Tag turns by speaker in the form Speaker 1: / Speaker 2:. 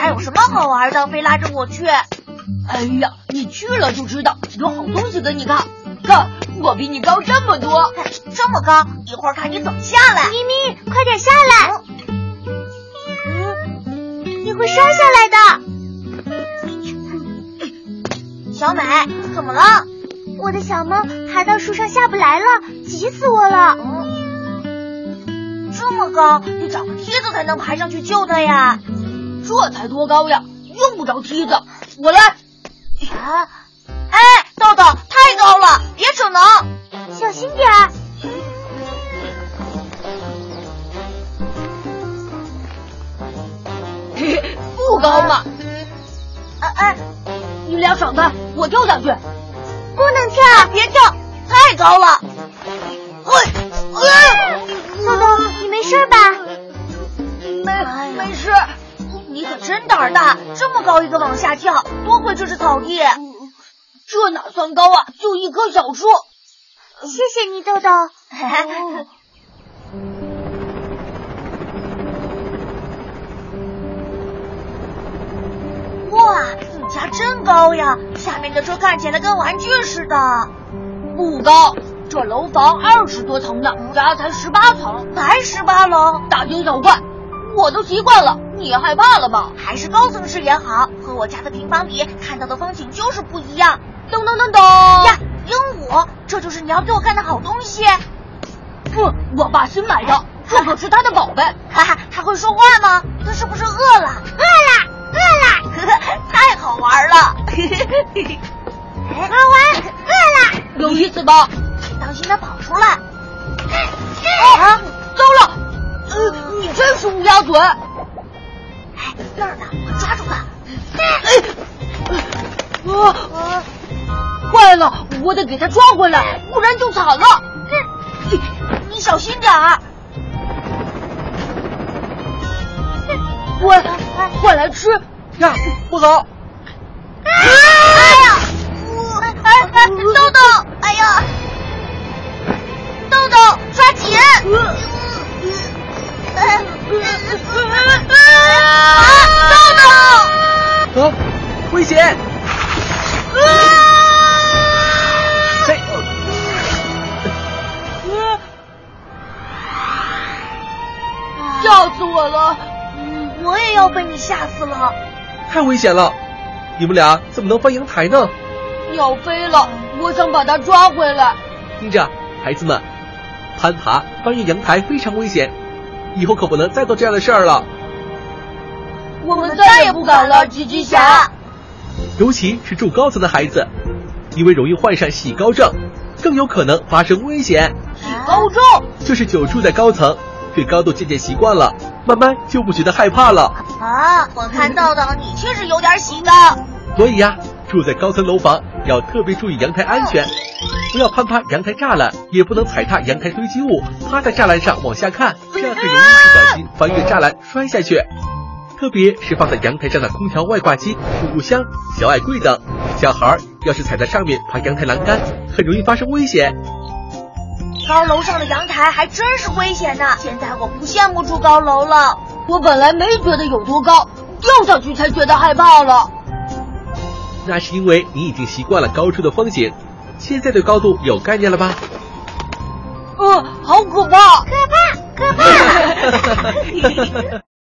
Speaker 1: 还有什么好玩的，非拉着我去？
Speaker 2: 哎呀，你去了就知道，有好东西给你看。看，我比你高这么多，
Speaker 1: 哎这么高，一会儿看你怎么下来。
Speaker 3: 咪咪，快点下来！嗯，你会摔下来
Speaker 1: 的。小美，怎么了？
Speaker 3: 我的小猫爬到树上下不来了，急死我了。
Speaker 1: 嗯、这么高，得找个梯子才能爬上去救它呀。
Speaker 2: 这才多高呀，用不着梯子，我来。
Speaker 1: 啊！哎，豆豆，太高了，别逞能，
Speaker 3: 小心点儿。
Speaker 2: 不高嘛。
Speaker 1: 哎、啊、哎，
Speaker 2: 你俩爽快，我跳上去。
Speaker 3: 不能跳，
Speaker 1: 别跳，太高了。
Speaker 2: 哎，哎
Speaker 3: 豆豆，哦你没事吧？
Speaker 2: 没，没事。
Speaker 1: 你可真胆大，这么高一个往下跳，多亏这是草地。
Speaker 2: 这哪算高啊？就一棵小树。
Speaker 3: 谢谢你，豆豆。
Speaker 1: 哦、 哇，你家真高呀！下面的车看起来跟玩具似的。
Speaker 2: 不高，这楼房二十多层呢，咱才十八层，
Speaker 1: 嗯才十八楼，
Speaker 2: 大惊小怪。我都习惯了，你害怕了吧？
Speaker 1: 还是高层视野好，和我家的平房比，看到的风景就是不一样。
Speaker 2: 噔噔噔噔！
Speaker 1: 呀，鹦鹉，这就是你要给我看的好东西。
Speaker 2: 不、嗯，我爸新买的，这可是他的宝贝。
Speaker 1: 哈哈，他会说话吗？他是不是饿了？
Speaker 3: 饿了，饿了！
Speaker 1: 太好玩 了，
Speaker 3: 好玩，饿了。
Speaker 2: 有意思吧？
Speaker 1: 当心它跑出来！
Speaker 2: 啊，糟了！呃，你真是乌鸦嘴！
Speaker 1: 哎，那儿呢，快抓住它！
Speaker 2: 哎，啊、呃，坏了，我得给它抓回来，不然就惨了。
Speaker 1: 嗯、你小心点儿！
Speaker 2: 快，快来吃！呀，不走！
Speaker 1: 啊、哎呀，哎哎，豆豆，哎呀，豆豆，抓紧！
Speaker 2: 啊！豆豆！啊！
Speaker 4: 哦危险！谁？
Speaker 2: 吓死我了！
Speaker 1: 我也要被你吓死了！
Speaker 4: 太危险了！你们俩怎么能翻阳台呢？
Speaker 2: 鸟飞了，我想把它抓回来。
Speaker 4: 听着，孩子们，攀爬翻越阳台非常危险。以后可不能再做这样的事儿了。
Speaker 2: 我们再也不敢了，吉吉侠。
Speaker 4: 尤其是住高层的孩子，因为容易患上喜高症，更有可能发生危险。
Speaker 2: 喜高症
Speaker 4: 就是久住在高层，对高度渐渐习惯了，慢慢就不觉得害怕了。
Speaker 1: 啊，我看到的你确实有点喜高。
Speaker 4: 所以呀、啊，住在高层楼房要特别注意阳台安全，不要攀爬阳台栅栏，也不能踩踏阳台堆积物，趴在栅栏上往下看。这样最容易不小心翻越栅栏摔下去，特别是放在阳台上的空调外挂机、储物箱、小矮柜等，小孩要是踩在上面爬阳台栏杆，很容易发生危险。
Speaker 1: 高楼上的阳台还真是危险呢、啊！现在我不羡慕住高楼了，
Speaker 2: 我本来没觉得有多高，掉下去才觉得害怕了。
Speaker 4: 那是因为你已经习惯了高处的风景，现在对高度有概念了吧？
Speaker 2: 呃，好可怕！
Speaker 3: 可怕！可怕！